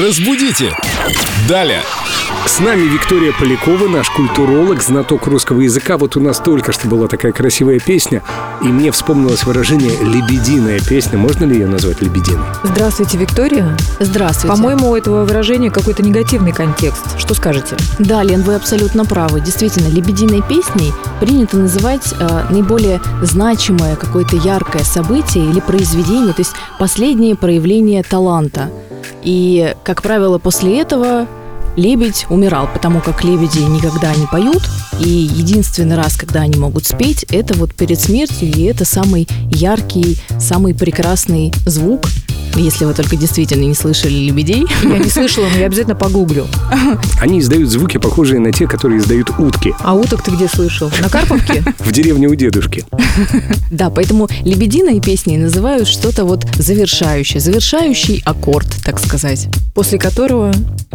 Разбудите! Далее! С нами Виктория Полякова, наш культуролог, знаток русского языка. Вот у нас только что была такая красивая песня, и мне вспомнилось выражение «лебединая песня». Можно ли ее назвать лебединой? Здравствуйте, Виктория. Здравствуйте. По-моему, у этого выражения какой-то негативный контекст. Что скажете? Да, Лен, вы абсолютно правы. Действительно, лебединой песней принято называть э, наиболее значимое какое-то яркое событие или произведение, то есть последнее проявление таланта. И, как правило, после этого лебедь умирал, потому как лебеди никогда не поют, и единственный раз, когда они могут спеть, это вот перед смертью, и это самый яркий, самый прекрасный звук, если вы только действительно не слышали лебедей. Я не слышала, но я обязательно погуглю. Они издают звуки, похожие на те, которые издают утки А уток ты где слышал? На Карповке? в деревне у дедушки. Да, поэтому лебединые песни называют что-то вот завершающее, завершающий аккорд, так сказать, После которого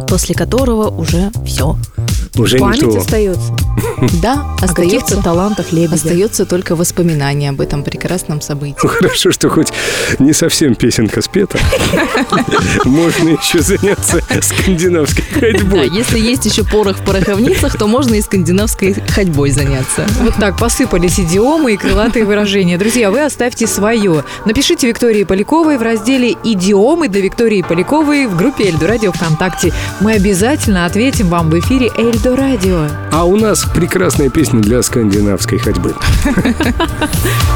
после которого уже все. Уже не память то. остается. Хм. Да, О каких-то остается, талантах лебедя. остается только воспоминание об этом прекрасном событии. Ну, Хорошо, что хоть не совсем песенка спета. Можно еще заняться скандинавской Да, ходьбой. если есть еще порох в пороховницах, то можно и скандинавской ходьбой заняться. Вот так посыпались идиомы и крылатые выражения. Друзья, вы оставьте свое. Напишите Виктории Поляковой в разделе «Идиомы для Виктории Поляковой» в группе Эльдо Радио ВКонтакте. Мы обязательно ответим вам в эфире Эльдо Радио. А у нас прекрасная песня для скандинавской ходьбы.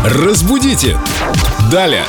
Разбудите! Далее!